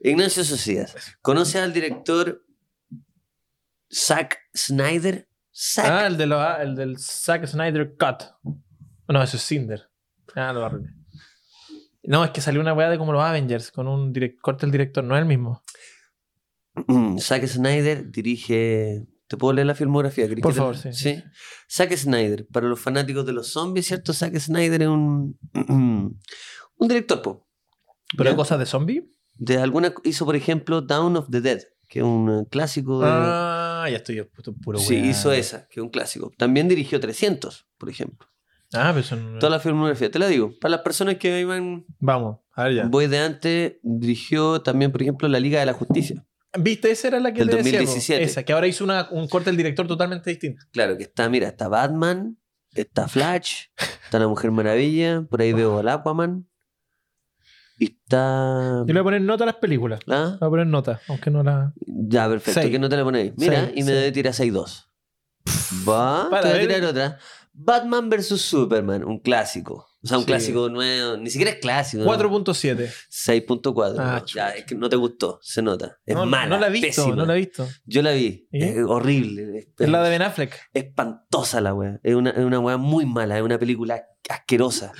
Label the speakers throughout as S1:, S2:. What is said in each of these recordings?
S1: Ignacio Socias. ¿Conoce al director Zack Snyder? Zack.
S2: Ah, el, de lo- ah, el del Zack Snyder Cut. No, eso es Cinder. Ah, lo arruiné. No, es que salió una weá de como los Avengers con un direct- corte del director, no es el mismo.
S1: Mm, Zack Snyder dirige. ¿Te puedo leer la filmografía, Cris?
S2: Por
S1: ¿Qué te-
S2: favor, sí.
S1: ¿Sí? Zack Snyder, para los fanáticos de los zombies, ¿cierto? Zack Snyder es un. un director, po.
S2: ¿Pero
S1: ¿Ya?
S2: hay cosas de zombie?
S1: De alguna, hizo, por ejemplo, Down of the Dead, que es un eh, clásico. de-
S2: Ah, ya estoy, estoy puro
S1: sí,
S2: weá.
S1: hizo esa, que es un clásico. También dirigió 300, por ejemplo.
S2: Ah, pero son...
S1: Toda la filmografía, te la digo. Para las personas que iban.
S2: Vamos, a ver ya.
S1: Voy de antes, dirigió también, por ejemplo, La Liga de la Justicia.
S2: ¿Viste? Esa era la que
S1: Del
S2: te decía, po.
S1: 2017.
S2: Esa, que ahora hizo una- un corte del director totalmente distinto.
S1: Claro, que está, mira, está Batman, está Flash, está La Mujer Maravilla, por ahí veo al Aquaman. Y está.
S2: Yo le voy a poner nota a las películas.
S1: ¿Ah?
S2: Le voy a poner nota, aunque no la...
S1: Ya, perfecto.
S2: Seis.
S1: ¿Qué nota le ponéis? Mira,
S2: Seis,
S1: y me
S2: sí.
S1: debe tirar 6-2. Va,
S2: Para
S1: te voy a
S2: ver.
S1: tirar otra. Batman vs Superman, un clásico. O sea, un
S2: Sí.
S1: clásico nuevo. Ni siquiera es clásico. ¿no?
S2: 4.7.
S1: 6.4.
S2: Ah,
S1: ¿no? ya, es que no te gustó, se nota. Es
S2: No,
S1: mala.
S2: no la he visto,
S1: pésima.
S2: no la he visto.
S1: Yo la vi.
S2: ¿Y?
S1: Es horrible. Es,
S2: Es la de Ben Affleck.
S1: Espantosa la wea. Es una, es una wea muy mala. Es una película asquerosa.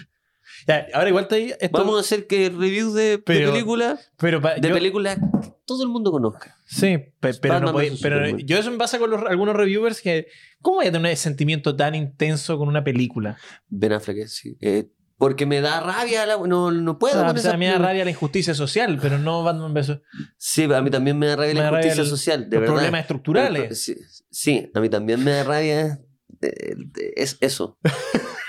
S2: Ya, ahora igual está ahí. Esto,
S1: Vamos a hacer que reviews de, de
S2: Pero-
S1: películas.
S2: pero pa-
S1: De
S2: yo-
S1: películas que todo el mundo conozca.
S2: Sí, pe- pero,
S1: Batman
S2: no podí-
S1: versus
S2: pero
S1: Superman.
S2: yo eso me pasa con los- algunos reviewers que. ¿Cómo voy a tener un sentimiento tan intenso con una película?
S1: Ben Affleck, sí. Eh, porque me da rabia la No, no puedo.
S2: Ah,
S1: con
S2: o
S1: esa
S2: sea, a mí me da
S1: película.
S2: rabia la injusticia social, pero no Batman vs.
S1: Sí, a mí también me da rabia
S2: Me
S1: la
S2: da rabia
S1: injusticia
S2: el-
S1: social, de
S2: Los
S1: verdad.
S2: problemas
S1: Pero-
S2: estructurales.
S1: Sí, sí, a mí también me da rabia eh, de- es eso.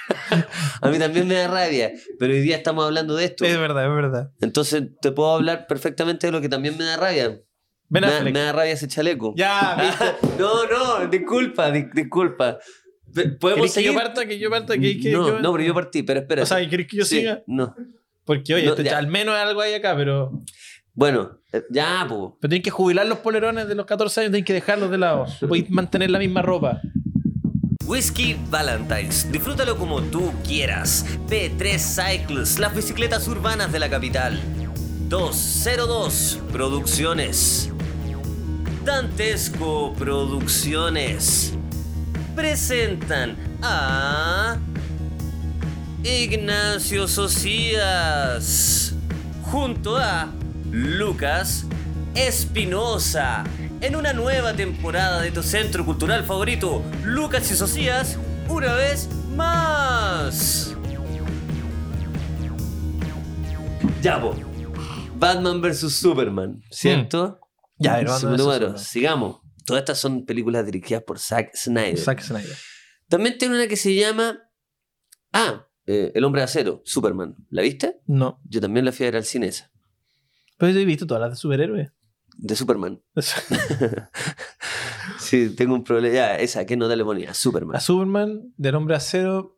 S1: a mí también me da rabia, pero hoy día estamos hablando de esto.
S2: es verdad, es verdad.
S1: Entonces te puedo hablar perfectamente de lo que también me da rabia. me,
S2: Ben
S1: da-
S2: Affleck.
S1: me da rabia ese chaleco.
S2: Ya, ¿viste?
S1: no, no, disculpa, di- disculpa. Pe- ¿Podemos
S2: ¿Querés que
S1: seguir?
S2: yo parta? Que yo parta. Que, que
S1: no,
S2: yo...
S1: no, pero yo partí, pero espera.
S2: O sea, ¿querés que yo siga?
S1: No.
S2: Porque, oye,
S1: No,
S2: este-
S1: ya.
S2: al menos algo hay acá, pero.
S1: Bueno, eh, ya, po.
S2: Pero tienen que jubilar los polerones de los 14 años, tienen que dejarlos de lado. No Podéis mantener la misma ropa.
S1: Whisky Valentine's. Disfrútalo como tú quieras. P3 Cycles, las bicicletas urbanas de la capital. 202 Producciones. Dantesco Producciones. Presentan a Ignacio Socias junto a Lucas Espinosa en una nueva temporada de tu centro cultural favorito, Lucas y Socias, una vez más. Ya, po. Batman vs Superman, ¿cierto?
S2: Ya, pero Batman
S1: Segundo
S2: versus
S1: cuadro,
S2: Superman.
S1: sigamos. Todas estas son películas dirigidas por Zack Snyder.
S2: Zack Snyder.
S1: También tiene una que se llama. Ah, eh, El hombre de acero, Superman. ¿La viste?
S2: No.
S1: Yo también la fui a ver al cine esa,
S2: Pero yo he visto todas las de superhéroes.
S1: de Superman.
S2: A
S1: Sí, tengo un problema. Ya, esa, ¿qué nota le ponía? Superman.
S2: Superman, del hombre acero,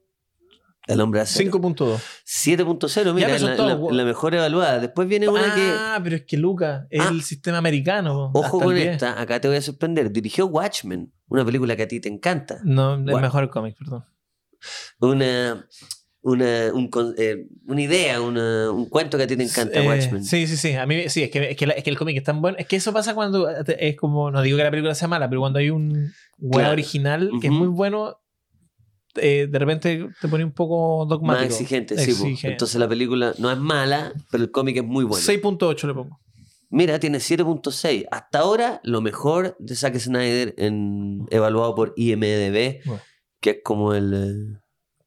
S1: El hombre de acero.
S2: 5.2.
S1: 7.0, mira,
S2: pero
S1: es
S2: son
S1: la,
S2: todos
S1: la-
S2: guapos.
S1: la mejor evaluada. Después viene una que.
S2: Ah, pero es que Luca es
S1: Ah.
S2: el sistema americano.
S1: Ojo
S2: hasta el
S1: con
S2: 10.
S1: esta, acá te voy a sorprender. Dirigió Watchmen, una película que a ti te encanta.
S2: No,
S1: Bueno.
S2: es mejor cómic, perdón.
S1: Una. Una, un con- eh, una idea, una- un cuento que a ti te encanta,
S2: Eh,
S1: Watchmen.
S2: Sí, sí, sí. A mí sí, es que, es que, la- es que el cómic es tan bueno. Es que eso pasa cuando te- es como, no digo que la película sea mala, pero cuando hay un weá
S1: Claro.
S2: original que es
S1: Ujú.
S2: muy bueno, eh, de repente te pone un poco dogmático.
S1: Más exigente, sí. po.
S2: Exige-
S1: Entonces la película no es mala, pero el cómic es muy bueno.
S2: 6.8 le pongo.
S1: Mira, tiene 7.6. Hasta ahora, lo mejor de Zack Snyder en, evaluado por IMDB,
S2: Bueno.
S1: que es como el. eh,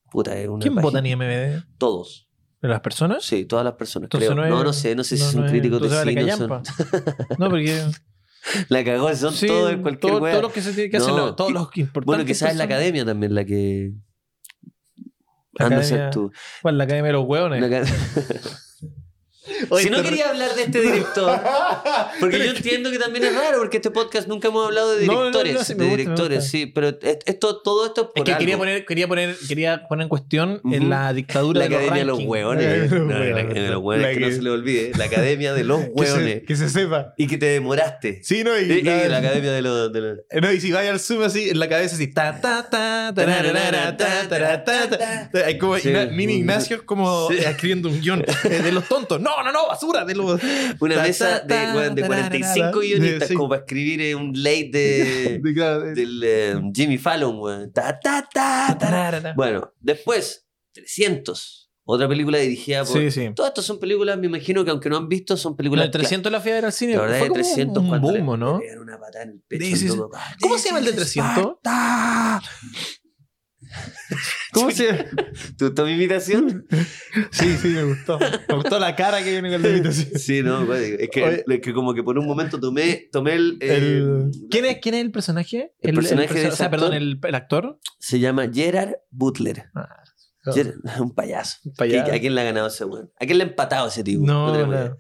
S1: Puta, es una
S2: ¿Quién vota en
S1: página-
S2: IMDb?
S1: Todos.
S2: ¿De las personas?
S1: Sí, todas las personas.
S2: Entonces
S1: creo.
S2: no
S1: No,
S2: es-
S1: no, sé, no sé si son
S2: es-
S1: críticos de
S2: entonces vale
S1: cine.
S2: callampa.
S1: son-
S2: No, porque
S1: La cagó, son
S2: sí,
S1: todos en cualquier
S2: todo-
S1: wea.
S2: todos los que se tienen que hacer,
S1: No,
S2: no, todos
S1: qui-
S2: los que importantes.
S1: Bueno, quizás es la
S2: personas-
S1: academia también la que.
S2: La
S1: Anda a ser
S2: academia-
S1: tú.
S2: ¿Cuál? La academia de los hueones.
S1: La acad- si no quería hablar de este director, porque yo entiendo que también es raro, porque este podcast nunca hemos hablado de
S2: No, no, no,
S1: directores.
S2: sí, me
S1: de
S2: gusta, me
S1: directores,
S2: gusta.
S1: sí, pero es- esto, todo esto es por
S2: Es que quería
S1: algo.
S2: poner, quería poner, quería poner en cuestión
S1: Ujú.
S2: en la dictadura
S1: la
S2: de los
S1: academia de los
S2: rankings.
S1: hueones.
S2: La
S1: No,
S2: academia
S1: la academia de los hueones, que no se le olvide. ¿eh? La academia de los
S3: Que se-
S1: hueones.
S3: Que se sepa.
S1: Y que te demoraste.
S3: Sí, ¿no? Y,
S1: Y- y
S3: la,
S1: la academia de los. de los-
S3: no, y si vaya al Zoom así, en la cabeza así. Ta, ta, ta, tararara, ta, tarara, ta, ta. Hay como
S1: Sí.
S3: Igna- mini Ignacio como
S1: Sí.
S3: escribiendo un guión eh, de los tontos. ¡No!
S2: no, no, no, basura. De los...
S1: Una
S3: Ta,
S1: mesa
S3: ta,
S1: de,
S3: ta,
S1: weón, de
S3: ta, ra, ra, ra.
S1: 45 guionistas
S3: Sí.
S1: como para escribir eh, un late de,
S3: De- claro, de-
S1: del eh, Jimmy Fallon, weón. Ta, ta, ta, ta, ra. Bueno, después, 300. Otra película dirigida por...
S2: Sí, sí.
S1: Todas estas son películas, me imagino que aunque no han visto, son
S2: La
S1: películas...
S2: de 300 la fui a ver al cine.
S1: La verdad que
S2: fue
S1: Eh,
S2: como
S1: 300
S2: un
S1: cuando le-
S2: boom, ¿no?
S1: le pegan una patada en el pecho
S2: Sí, sí,
S1: al
S2: sí.
S1: loco.
S2: ¿Cómo se llama el de 300?
S3: ¿Cómo se llama?
S1: ¿Te gustó mi imitación?
S3: Sí, sí, me gustó. Me gustó la cara que viene con la invitación.
S1: Sí, no, güey, es que,
S3: Oye.
S1: es que como que por un momento tomé, tomé el... eh,
S3: El-
S2: ¿Quién es, ¿Quién es el personaje?
S1: El personaje de
S2: perso- O
S1: ese
S2: sea, perdón,
S1: actor.
S2: el, el actor.
S1: Se llama Gerard Butler.
S2: Ah.
S1: Gerard- un payaso.
S2: Un payaso.
S1: ¿Qui- ¿A quién le ha ganado ese weón? ¿A quién le ha empatado ese tipo?
S2: No,
S1: tenemos
S2: no.
S1: idea. Mm.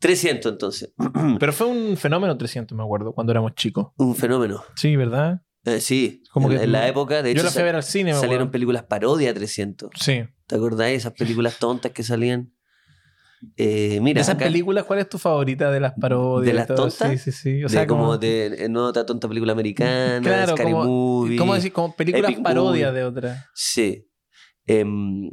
S1: 300 entonces.
S2: Pero fue un fenómeno 300, me acuerdo, cuando éramos chicos.
S1: Un fenómeno.
S2: Sí, ¿verdad?
S1: Eh, sí,
S2: Como
S1: en,
S2: que-
S1: en la época, de
S2: Yo
S1: hecho,
S2: la fui a
S1: sa-
S2: ver al cine, me
S1: salieron
S2: acuerdo.
S1: películas parodia 300.
S2: Sí.
S1: ¿Te acordás de esas películas tontas que salían? Eh,
S2: De
S1: mira,
S2: esas
S1: acá-
S2: películas, ¿cuál es tu favorita de las parodias?
S1: ¿De
S2: y
S1: las
S2: todo?
S1: tontas?
S2: Sí, sí, sí.
S1: de
S2: O sea,
S1: como,
S2: como,
S1: de eh, nota tonta película americana,
S2: Claro,
S1: Scary
S2: como-
S1: Movie.
S2: ¿cómo decir? Como películas
S1: Epic
S2: parodias
S1: Movie.
S2: de otra.
S1: Sí. Em,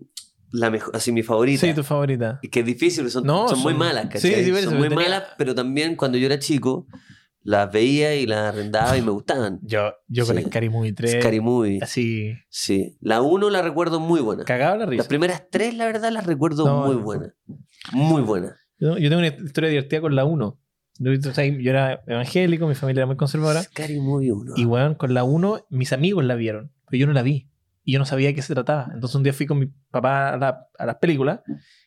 S1: la mejor, así mi favorita.
S2: Sí, tu favorita.
S1: Es que es difícil, son,
S2: No,
S1: son muy
S2: son-
S1: malas,
S2: sí,
S1: ¿cachai?
S2: sí, por eso,
S1: son muy
S2: tenía-
S1: malas, pero también cuando yo era chico, las veía y las arrendaba y me gustaban.
S2: Yo, yo con
S1: Sí.
S2: Scary Movie 3.
S1: Scary Movie.
S2: Así.
S1: Sí. La 1 la recuerdo muy buena.
S2: Cagaba la risa.
S1: Las primeras tres, la verdad, las recuerdo
S2: No,
S1: muy
S2: no.
S1: buenas. Muy buenas.
S2: Yo, yo tengo una historia divertida con la 1. Yo, o sea, yo era evangélico, mi familia era muy conservadora.
S1: Scary Movie 1.
S2: Y weón, con la 1, mis amigos la vieron, pero yo no la vi. Y yo no sabía de qué se trataba. Entonces un día fui con mi papá a, la- a las películas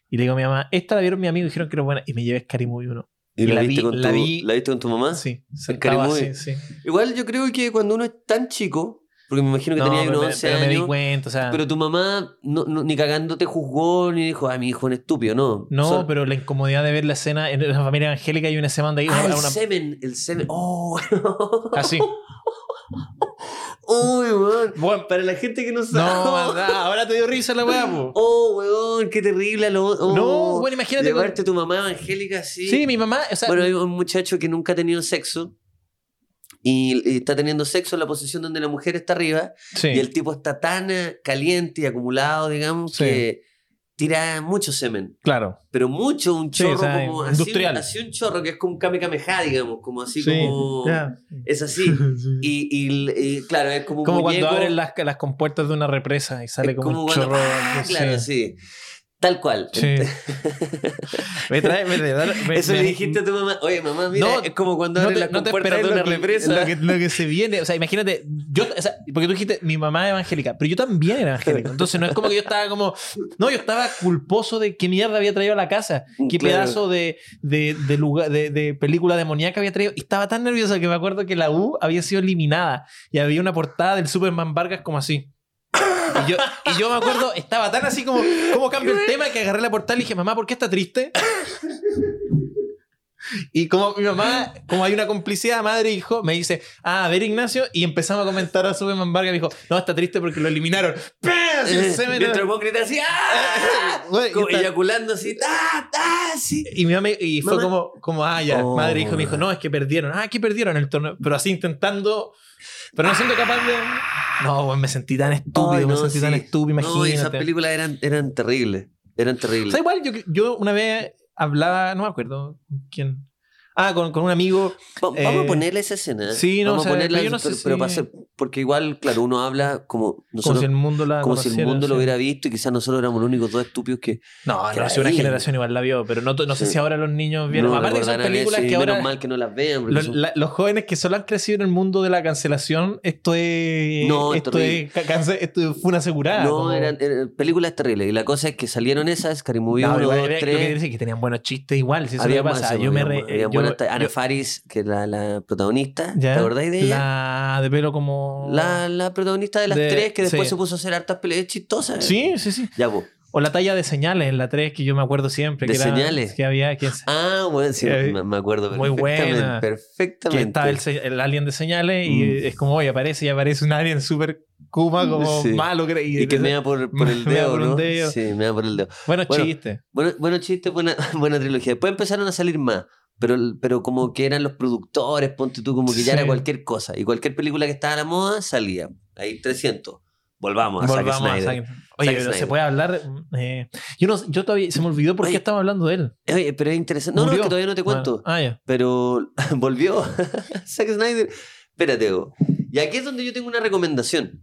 S2: y le digo a mi mamá, esta la vieron mis amigos y dijeron que era buena. Y me llevé Scary Movie 1.
S1: ¿Y
S2: y
S1: la,
S2: la
S1: viste
S2: vi-
S1: con
S2: la
S1: tu,
S2: vi-
S1: ¿La viste con tu mamá?
S2: Sí,
S1: Ah, Scary
S2: sentaba así,
S1: Movie.
S2: sí.
S1: Igual yo creo que cuando uno es tan chico, porque me imagino que
S2: No,
S1: tenía
S2: pero,
S1: unos
S2: me-
S1: 11
S2: pero me di
S1: años,
S2: cuenta, o sea...
S1: pero tu mamá no- no- ni cagando te juzgó ni dijo, ah, mi hijo es un estúpido, no. ah,
S2: no,
S1: Son-
S2: pero la incomodidad de ver la escena en una familia evangélica y una escena donde hay
S1: Ah, el
S2: una-
S1: semen, el semen. Oh,
S2: así.
S1: uy, Oh, weón.
S2: Bueno,
S1: Para la gente que no sabe.
S2: no, anda, ahora te dio risa la weá, po.
S1: Oh, weón, qué terrible. a Lo, oh.
S2: No, bueno, imagínate...
S1: Llevarte tu mamá evangélica así.
S2: Sí, mi mamá, o sea,
S1: este Bueno, hay un muchacho que nunca ha tenido sexo y, y está teniendo sexo en la posición donde la mujer está arriba
S2: sí.
S1: y el tipo está tan eh, caliente y acumulado, digamos,
S2: Sí.
S1: que tira mucho semen.
S2: claro.
S1: Pero mucho, un
S2: Sí,
S1: chorro
S2: o sea,
S1: como
S2: industrial.
S1: Así, así un chorro que es como un kame kameha, digamos, como así
S2: Sí,
S1: como...
S2: ya.
S1: Es así. Y, y- y, claro, es como un
S2: Como cuando
S1: muñeco,
S2: abren las, las compuertas de una represa y sale
S1: es
S2: como, un
S1: cuando-
S2: chorro.
S1: ¡Ah! claro, sí. Tal cual.
S2: Sí. me trae, me trae- me-
S1: Eso le
S2: me-
S1: dijiste a tu mamá. Oye, mamá, mira,
S2: No,
S1: es como cuando
S2: No
S1: abren
S2: te,
S1: las
S2: no te
S1: compuertas
S2: esperas
S1: de
S2: lo
S1: una
S2: que,
S1: represa.
S2: lo que- lo que se viene. O sea, imagínate, yo, o sea, porque tú dijiste, mi mamá es evangélica, pero yo también era evangélico. Entonces no es como que yo estaba como, no, yo estaba culposo de qué mierda había traído a la casa, qué
S1: Claro.
S2: pedazo de, de, de lugar, de, de película demoníaca había traído. Y estaba tan nervioso que me acuerdo que la U había sido eliminada y había una portada del Superman Vargas como así. Y yo, y yo me acuerdo, estaba tan así como, ¿cómo cambio el tema? Que agarré la portada y dije, mamá, ¿por qué está triste? Y como mi mamá, como hay una complicidad madre e hijo, me dice, ah, a ver Ignacio, y empezamos a comentar a Superman Vargas, me dijo, no, está triste porque lo eliminaron. ¡Pam! Así el
S1: Eh,
S2: semen.
S1: Mientras vos gritas así, ¡ah!
S2: Güey, y
S1: Como
S2: está-
S1: eyaculando así, ¡ah! ¡ah! Sí.
S2: Y, mi mamá, y fue
S1: Mamá.
S2: como, como, ah, ya,
S1: Oh.
S2: madre e hijo me dijo, no, es que perdieron, ah, que perdieron el torneo, pero así intentando, pero no siendo capaz de... No, güey, me sentí tan estúpido,
S1: Ay,
S2: me
S1: no,
S2: sentí tan
S1: sí.
S2: estúpido,
S1: No, y
S2: imagínate.
S1: esas películas eran, eran terribles. Eran
S2: O
S1: terribles.
S2: sea, igual yo, yo una vez hablaba, no me acuerdo quién. Ah, con, con un amigo.
S1: Va- vamos
S2: eh,
S1: a ponerle esa escena. ¿eh?
S2: sí, no,
S1: vamos
S2: o sea,
S1: a ponerla,
S2: pero yo no sé
S1: pero,
S2: si-
S1: pero para hacer- porque igual, claro, uno habla como
S2: como
S1: nosotros,
S2: si el mundo la
S1: como si el
S2: conociera,
S1: mundo lo
S2: sí.
S1: hubiera visto y quizás nosotros éramos los únicos dos estúpidos que
S2: No,
S1: Claro.
S2: no, si una generación igual la vio, pero no, to- no sé
S1: Sí.
S2: si ahora los niños vieron.
S1: no
S2: Aparte que son
S1: recordarán
S2: películas
S1: eso, y
S2: que ahora.
S1: menos mal que no las vean. porque
S2: Los,
S1: son-
S2: la- los jóvenes que solo han crecido en el mundo de la cancelación, esto es.
S1: No,
S2: esto
S1: terrible.
S2: es, ca- cance- esto fue una asegurada.
S1: no,
S2: como-
S1: eran, eran películas terribles. Y la cosa es que salieron esas, Scary Movie
S2: No,
S1: 1,
S2: igual
S1: 2,
S2: era- creo que
S1: 3.
S2: dicen que tenían buenos chistes igual. Si eso es lo
S1: Había
S2: que pasa.
S1: más,
S2: Yo me
S1: había
S2: re,
S1: más, había
S2: yo-
S1: buenas ta- Ana
S2: yo-
S1: Faris, que era la protagonista.
S2: ¿ya?
S1: ¿Te acordáis de ella?
S2: La de pelo como.
S1: La, la protagonista de las
S2: De-
S1: tres que después
S2: sí.
S1: se puso a hacer hartas peleas chistosas.
S2: Sí, sí, sí.
S1: Ya, pues. vos.
S2: O la talla de señales en la 3 que yo me acuerdo siempre.
S1: ¿De
S2: que era-
S1: señales?
S2: Que había. Que,
S1: Ah, bueno, sí,
S2: Eh,
S1: me me acuerdo
S2: muy
S1: perfectamente.
S2: buena.
S1: Perfectamente.
S2: que estaba el, se- el alien de señales y
S1: Mm.
S2: es como, oye, aparece y aparece un alien súper Kuma, como
S1: Sí.
S2: malo. cre- Y,
S1: Y que me da por, por el
S2: Me da
S1: dedo,
S2: por un
S1: ¿no?
S2: dedo.
S1: Sí, me da por el dedo.
S2: Bueno,
S1: Bueno,
S2: chiste.
S1: Bueno, bueno chiste, buena, buena trilogía. Después empezaron a salir más, pero, pero como que eran los productores, ponte tú, como que ya
S2: Sí.
S1: era cualquier cosa. Y cualquier película que estaba a la moda salía. Ahí 300. Volvamos a Zack
S2: Volvamos a
S1: Snyder.
S2: Zack- Oye,
S1: Zack
S2: pero se
S1: Snyder.
S2: puede hablar. eh, yo no, yo todavía se me olvidó por qué
S1: Oye.
S2: estaba hablando de él.
S1: Oye, pero es interesante. No, no,
S2: Murió.
S1: es que todavía no te cuento.
S2: Bueno, ah, ya.
S1: Pero volvió Zack Snyder. Espérate, Hugo. Y aquí es donde yo tengo una recomendación.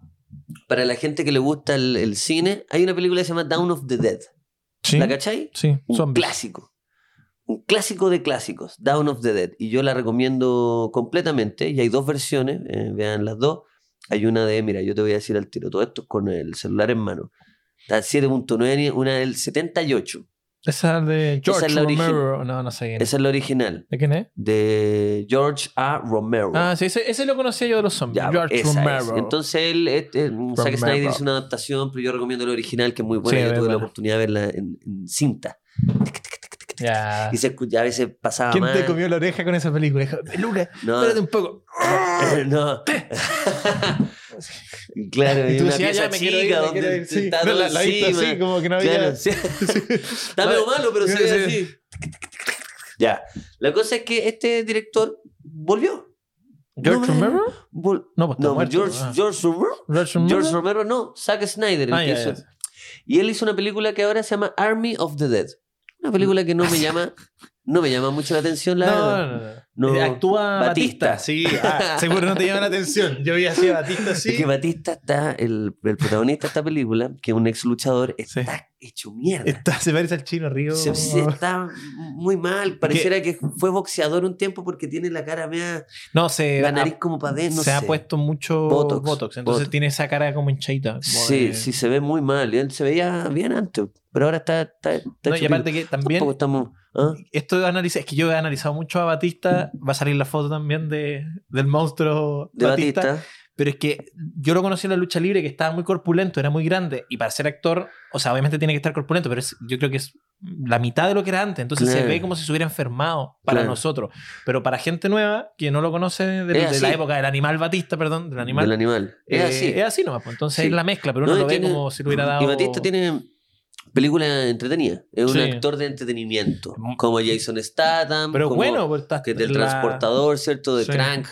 S1: Para la gente que le gusta el, el cine, hay una película que se llama Down of the Dead.
S2: Sí,
S1: ¿La cachai?
S2: sí,
S1: Un
S2: zombies.
S1: clásico. Un clásico de clásicos, Down of the Dead. Y yo la recomiendo completamente. Y hay dos versiones, eh, vean las dos. Hay una de, mira, yo te voy a decir al tiro, todo esto es con el celular en mano. La 7.9, una del 78.
S2: Esa de George
S1: Esa es la origi-
S2: Romero. No, no sé quién.
S1: Esa es la original,
S2: ¿De quién es?
S1: de George A. Romero.
S2: Ah, sí, ese, ese lo conocía yo de los zombies.
S1: Ya,
S2: George
S1: esa es.
S2: Romero.
S1: Entonces él, este, eh, Zack
S2: Romero.
S1: Snyder hizo una adaptación, pero yo recomiendo la original, que es muy buena.
S2: Sí,
S1: yo
S2: es
S1: tuve la
S2: buena.
S1: oportunidad de verla en, en cinta.
S2: Ya.
S1: Y se escucha- a veces pasaba
S2: ¿Quién
S1: mal.
S2: te comió la oreja con esa película? Dijo, Lucas,
S1: No,
S2: espérate un poco.
S1: no. claro, y
S2: tú
S1: una
S2: decías,
S1: pieza
S2: ya, me quiero ir,
S1: chica
S2: me
S1: donde
S2: quiero ir,
S1: te
S2: sí.
S1: está
S2: No,
S1: todo
S2: la, la viste
S1: encima.
S2: así, como que no había...
S1: Claro, sí. Está medio malo, pero se
S2: Sí,
S1: ve
S2: sí.
S1: así. Ya. La cosa es que este director volvió.
S2: ¿George
S1: No,
S2: Romero?
S1: Vol-
S2: No, pues está
S1: no,
S2: muerto.
S1: George,
S2: Ah.
S1: George Romero.
S2: George Romero.
S1: George Romero no, Zack Snyder. el
S2: Ah,
S1: que
S2: ya,
S1: hizo.
S2: ya.
S1: Y él hizo una película que ahora se llama Army of the Dead. Una película que no me llama, no me llama mucho la atención, la
S2: No,
S1: verdad.
S2: no, no.
S1: No.
S2: Eh, Actúa
S1: Batista.
S2: Batista. Sí, ah, seguro no te llama la atención. Yo vi así a Batista,
S1: Es que
S2: sí.
S1: Batista está, el, el protagonista de esta película, que es un ex luchador,
S2: Sí.
S1: está hecho mierda.
S2: Está- se parece al chino Río.
S1: Se- se está muy mal. Pareciera que fue boxeador un tiempo porque tiene la cara media,
S2: No, se,
S1: la
S2: Eh, ha,
S1: nariz como para adentro. no
S2: se ha
S1: sé.
S2: puesto mucho
S1: Botox.
S2: Botox. entonces
S1: Botox.
S2: tiene esa cara como hinchadita. como
S1: Sí,
S2: de-
S1: sí, se ve muy mal. Y él se veía bien antes, pero ahora está, está, está
S2: No,
S1: hecho
S2: y aparte que también
S1: Tampoco estamos- ¿ah?
S2: esto de analizar, es que yo he analizado mucho a Batista, va a salir la foto también de, del monstruo
S1: De
S2: Batista,
S1: Batista.
S2: pero es que yo lo conocí en la lucha libre que estaba muy corpulento, era muy grande, y para ser actor, o sea, obviamente tiene que estar corpulento, pero es- yo creo que es la mitad de lo que era antes, entonces
S1: Claro.
S2: se ve como si se hubiera enfermado para
S1: Claro.
S2: nosotros, pero para gente nueva que no lo conoce de, de
S1: así.
S2: la época del animal Batista, perdón, del animal.
S1: Del animal. Es
S2: eh,
S1: así.
S2: Es así nomás, pues, entonces
S1: Sí.
S2: es la mezcla, pero uno
S1: No, y
S2: lo ve
S1: tiene-
S2: como si lo hubiera dado.
S1: Mm. Y Batista tiene películas entretenidas. Es un
S2: Sí. Mm.
S1: actor de entretenimiento. Como Jason Statham.
S2: Pero
S1: como
S2: bueno, pues, está-
S1: Que del
S2: la-
S1: transportador, ¿cierto? De
S2: Sí.
S1: Crank,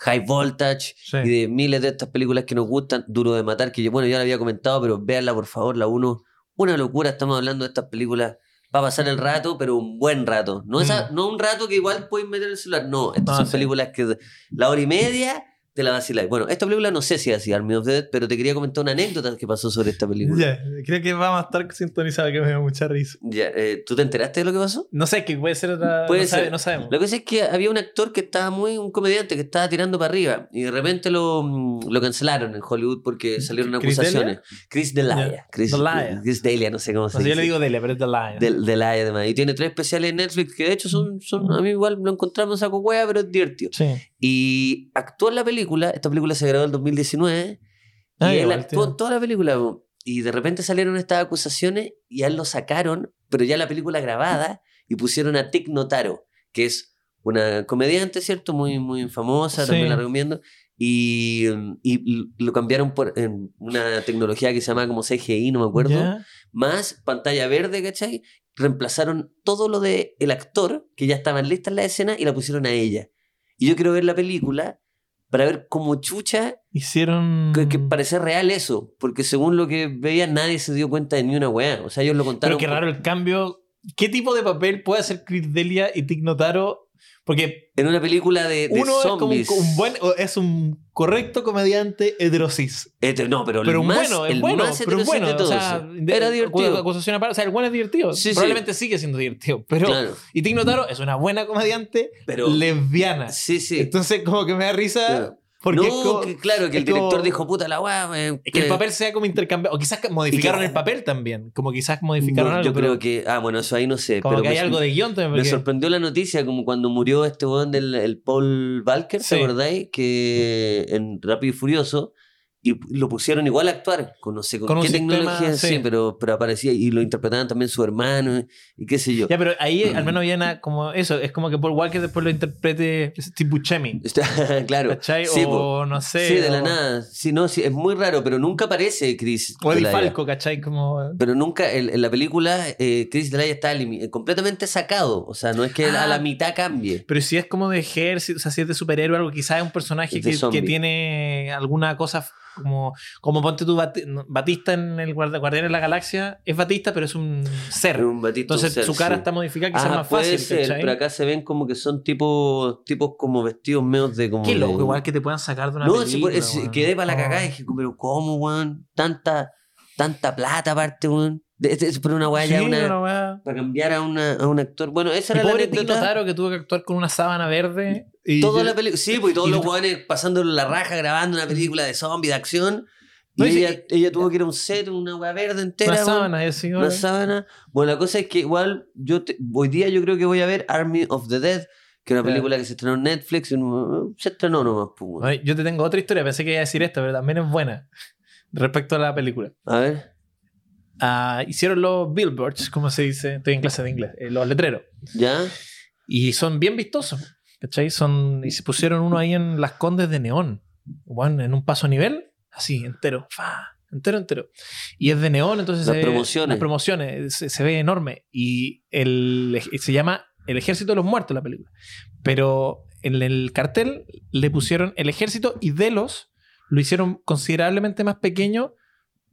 S1: High Voltage.
S2: Sí.
S1: Y de miles de estas películas que nos gustan. Duro de matar. Que yo, bueno, ya la había comentado, pero véanla, por favor, la uno Una locura. Estamos hablando de estas películas. Va a pasar el rato, pero un buen rato. No, esa, no un rato que igual puedes meter en el celular. No, estas
S2: Mm. Ah,
S1: son
S2: sí.
S1: películas que la hora y media te la vaciláis. Bueno, esta película no sé si es así, Army of the Dead, pero te quería comentar una anécdota que pasó sobre esta película.
S2: Ya, creo que vamos a estar sintonizados, que me da mucha risa.
S1: Ya, eh, ¿Tú te enteraste de lo que pasó?
S2: No sé, que puede ser otra.
S1: Puede
S2: no, sabe-
S1: ser.
S2: no sabemos.
S1: Lo que pasa es que había un actor que estaba muy, un comediante que estaba tirando para arriba y de repente lo, mm, lo cancelaron en Hollywood porque salieron
S2: ¿Chris
S1: acusaciones. Chris Delia.
S2: Ya.
S1: Chris,
S2: Delia.
S1: Chris Delia, no sé cómo se
S2: O sea, yo
S1: dice.
S2: le digo Delia, pero es The Lion.
S1: Del- Delia, además. Y tiene tres especiales en Netflix que de hecho son, son a mí igual lo encontramos en saco hueá, pero es divertido.
S2: Sí.
S1: Y actuó en la película, esta película se grabó en el 2019,
S2: Ah,
S1: y él
S2: igual,
S1: actuó
S2: tío.
S1: en toda la película. po. Y de repente salieron estas acusaciones y a él lo sacaron, pero ya la película grabada, y pusieron a Tic Notaro, que es una comediante, ¿cierto? Muy, muy famosa,
S2: Sí.
S1: también la recomiendo. Y, y lo cambiaron por en una tecnología que se llama como CGI, no me acuerdo
S2: Ya.
S1: más pantalla verde, ¿cachai? Reemplazaron todo lo del el actor, que ya estaban listas las escenas, y la pusieron a ella. Y yo quiero ver la película para ver cómo chucha,
S2: Hicieron.
S1: que, que parece real eso, porque según lo que veía nadie se dio cuenta de ni una weá. O sea, ellos lo contaron.
S2: Pero qué raro el cambio. ¿Qué tipo de papel puede hacer Chris Delia y Tig Notaro? Porque
S1: En una película de, de
S2: uno es
S1: zombies.
S2: como un, un buen. o Es un correcto comediante heterosis.
S1: Hete- Este, no, pero,
S2: Pero
S1: el más,
S2: bueno, es
S1: el
S2: bueno.
S1: más
S2: Pero es
S1: heterosexual
S2: bueno.
S1: de
S2: O
S1: todos.
S2: sea, de-
S1: Era
S2: acu-
S1: divertido.
S2: acusación aparte. O sea, el bueno es divertido.
S1: Sí, sí.
S2: Probablemente sigue siendo divertido. Pero
S1: claro,
S2: Y Tig Notaro es una buena comediante
S1: pero...
S2: lesbiana.
S1: sí, sí.
S2: Entonces, como que me da risa.
S1: claro.
S2: Porque
S1: No,
S2: es como-
S1: que- claro, que el
S2: es como-
S1: director dijo, puta la weá. eh,
S2: es que el
S1: que-
S2: papel sea como intercambiado. O quizás modificaron
S1: que-
S2: el papel también. Como quizás modificaron
S1: No,
S2: algo.
S1: yo creo
S2: pero
S1: que. Ah, bueno, eso ahí no sé.
S2: como
S1: pero
S2: que hay
S1: me-
S2: algo de guión también.
S1: Me
S2: porque-
S1: sorprendió la noticia, como cuando murió este weón del el Paul Walker,
S2: Sí.
S1: ¿te acordáis? Que en Rápido y Furioso. Y lo pusieron igual a actuar, con no sé con,
S2: Con un
S1: qué
S2: sistema,
S1: tecnología, sí,
S2: sí.
S1: pero, pero aparecía y lo interpretaban también su hermano y qué sé yo.
S2: Ya, pero ahí
S1: Mm.
S2: al menos había nada como eso. Es como que Paul Walker después lo interprete Steve Buscemi.
S1: Está- claro.
S2: ¿Cachai?
S1: Sí, po.
S2: o no sé.
S1: Sí, de la
S2: o-
S1: nada. Sí, no, sí, es muy raro, pero nunca aparece Chris.
S2: O Eddie
S1: Delia.
S2: Falco, ¿cachai? Como.
S1: Pero nunca, en, en la película, eh, Chris Delaya está elimi- completamente sacado. O sea, no es que a la
S2: Ah.
S1: mitad cambie.
S2: Pero si es como de ejército, o sea, si es de superhéroe o algo, quizás es un personaje
S1: Es de
S2: que, que
S1: zombie.
S2: tiene alguna cosa Como, como ponte tú Bat- no, Batista en el Guardi- Guardián de la Galaxia. Es Batista, pero es un ser.
S1: Un batito,
S2: Entonces
S1: un ser,
S2: su cara
S1: sí.
S2: está modificada, quizás
S1: Ah,
S2: más
S1: puede
S2: fácil.
S1: ser,
S2: ¿cachai?
S1: pero acá se ven como que son tipos tipos como vestidos medios de como.
S2: Qué
S1: de-
S2: loco, igual que te puedan sacar de una
S1: No, pues,
S2: película.
S1: si por- si-
S2: weón. Oh.
S1: quedé para la
S2: No.
S1: cagada y dije, pero ¿cómo, weón? Tanta, tanta plata aparte, weón. De- Es, es por una weá ya
S2: Sí,
S1: una-
S2: una weá.
S1: Para cambiar a, una, a un actor. Bueno, esa
S2: Y
S1: era la
S2: pobre Tito
S1: anécdota.
S2: Taro que tuvo que actuar con una sábana verde.
S3: Y
S1: Toda
S3: yo-
S1: la película. Sí, pues y todos
S2: y-
S1: los weones pasándolo la raja grabando una película de zombie, de acción. Y
S2: No, y si-
S1: ella, ella tuvo que ir a un set, una weá verde entera.
S2: Una
S1: weón.
S2: sábana, yo sí,
S1: Una
S2: weón.
S1: sábana. Bueno, la cosa es que igual yo te- hoy día yo creo que voy a ver Army of the Dead, que es una
S2: Claro.
S1: película que se estrenó en Netflix. y no- se estrenó nomás, pues, weón.
S2: Ay, Yo te tengo otra historia, pensé que iba a decir esta, pero también es buena. Respecto a la película.
S1: A ver.
S2: Ah, hicieron los billboards, como se dice, estoy en clase de inglés, eh, los letreros.
S1: ¿Ya?
S2: Y son bien vistosos, ¿cachai? Son, y se pusieron uno ahí en las condes de neón, Weón, en un paso a nivel, así, entero, fa, entero, entero. Y es de neón, entonces...
S1: Las
S2: se-
S1: promociones.
S2: Las promociones, se, se ve enorme. Y el, ej- se llama El Ejército de los Muertos la película. Pero en el cartel le pusieron El Ejército y Delos lo hicieron considerablemente más pequeño.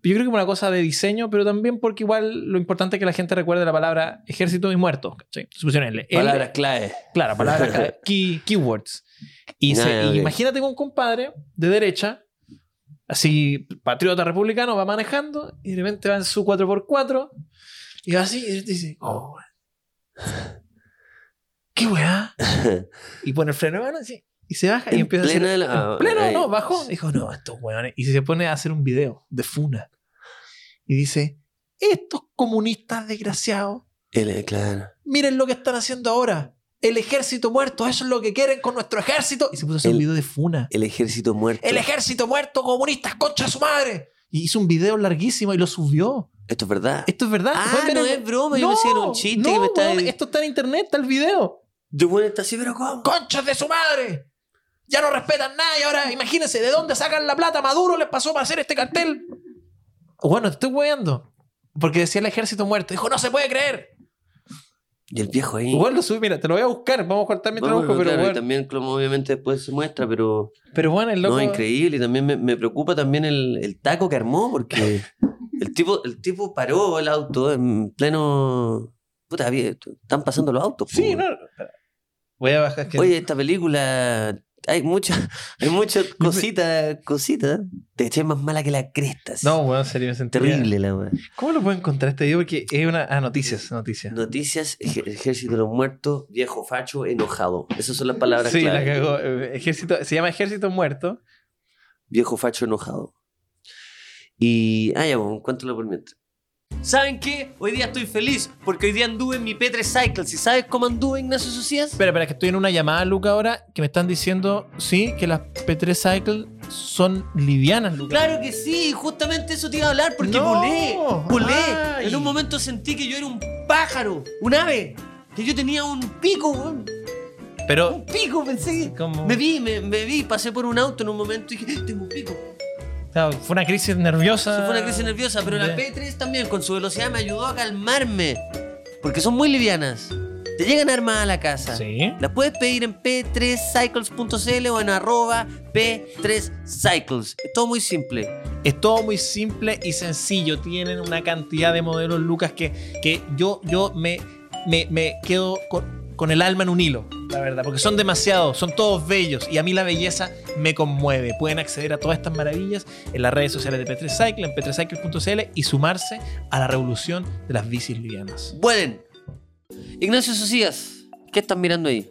S2: Yo creo que por una cosa de diseño, pero también porque igual lo importante es que la gente recuerde la palabra ejército y muertos. ¿cachai? Se pusieron el, el-
S1: Palabras clave.
S2: Claro, palabras clave, key- keywords. Y, se-
S1: Ah,
S2: y
S1: ok.
S2: imagínate que un compadre de derecha, así patriota republicano, va manejando y de repente va en su 4x4 y va así y dice, oh, weón. ¿qué weá? Y pone el freno de mano así, y se baja y
S1: En
S2: empieza a
S1: plena
S2: hacer...
S1: la- ah,
S2: en pleno,
S1: ahí.
S2: no, bajó. Dijo, no, estos weones. Y se pone a hacer un video de funa. Y dice, estos comunistas desgraciados
S1: El- claro.
S2: miren lo que están haciendo ahora. El ejército muerto, eso es lo que quieren con nuestro ejército. Y se puso a hacer
S1: El-
S2: un video de Funa.
S1: El ejército muerto.
S2: El ejército muerto, comunistas, concha de su madre. Y hizo un video larguísimo y lo subió.
S1: Esto es verdad.
S2: Esto es verdad.
S1: Ah,
S2: Pueden ver
S1: no
S2: el-
S1: es broma. Yo pensé que era un chiste
S2: no,
S1: que me está.
S2: weón, esto está en internet, está el video.
S1: Yo, bueno, está así, pero ¿cómo?
S2: ¡Conchas de su madre! Ya no respetan nada y ahora imagínense de dónde sacan la plata. Maduro les pasó para hacer este cartel. Bueno, te estoy weando. Porque decía el ejército muerto. Dijo, no se puede creer.
S1: Y el viejo ahí.
S2: Igual lo subí, mira, te lo voy a buscar. Vamos a cortar mientras
S1: Bueno,
S2: busco, pero
S1: claro, y
S2: bueno.
S1: también, como obviamente después se muestra, pero.
S2: Pero bueno, el loco.
S1: No, increíble. Y también me, me preocupa también el, el taco que armó, porque el tipo, el tipo paró el auto en pleno. Puta, había- están pasando los autos. po.
S2: Sí, no. espera. Voy a bajar. Que...
S1: Oye, esta película. Hay muchas hay muchas cositas, cositas. Te eché más mala que la cresta. sí.
S2: no, weón, en serio, me sentí-
S1: Terrible la weá.
S2: ¿Cómo lo puedo encontrar este video? Porque es una. Ah, noticias, noticias.
S1: Noticias, ej- ejército de los muertos, viejo facho, enojado. Esas son las palabras
S2: sí,
S1: clave.
S2: la cagó. Eh, Ejército, se llama Ejército Muerto.
S1: Viejo facho enojado. Y. Ah, ya, bueno, cuéntalo por mientras. ¿Saben qué? Hoy día estoy feliz porque hoy día anduve en mi P3 Cycle. ¿Si sabes cómo anduve, Ignacio Socias?
S2: Espera, espera, que estoy en una llamada, Luca, ahora que me están diciendo, sí, que las P3 Cycle son livianas, Luca.
S1: Claro que sí, justamente eso te iba a hablar porque
S2: No.
S1: volé, volé.
S2: Ay.
S1: En un momento sentí que yo era un pájaro, un ave, que yo tenía un pico, weón,
S2: Pero.
S1: un pico, pensé. que-
S2: Como,
S1: Me vi, me, me vi, pasé por un auto en un momento y dije, tengo un pico.
S2: Claro, fue una crisis nerviosa.
S1: Eso fue una crisis nerviosa, pero la
S2: Ya.
S1: P3 también con su velocidad me ayudó a calmarme. Porque son muy livianas. Te llegan armadas a la casa.
S2: Sí.
S1: Las puedes pedir en p3cycles.cl o en arroba p3cycles. Es todo muy simple.
S2: Es todo muy simple y sencillo. Tienen una cantidad de modelos, Lucas, que, que yo, yo me, me, me quedo con, con el alma en un hilo, la verdad, porque son demasiados, son todos bellos y a mí la belleza me conmueve. Pueden acceder a todas estas maravillas en las redes sociales de P3 Cycle, en p3cycle.cl y sumarse a la revolución de las bicis livianas.
S1: Vuelen. Ignacio Socias, ¿qué estás mirando ahí?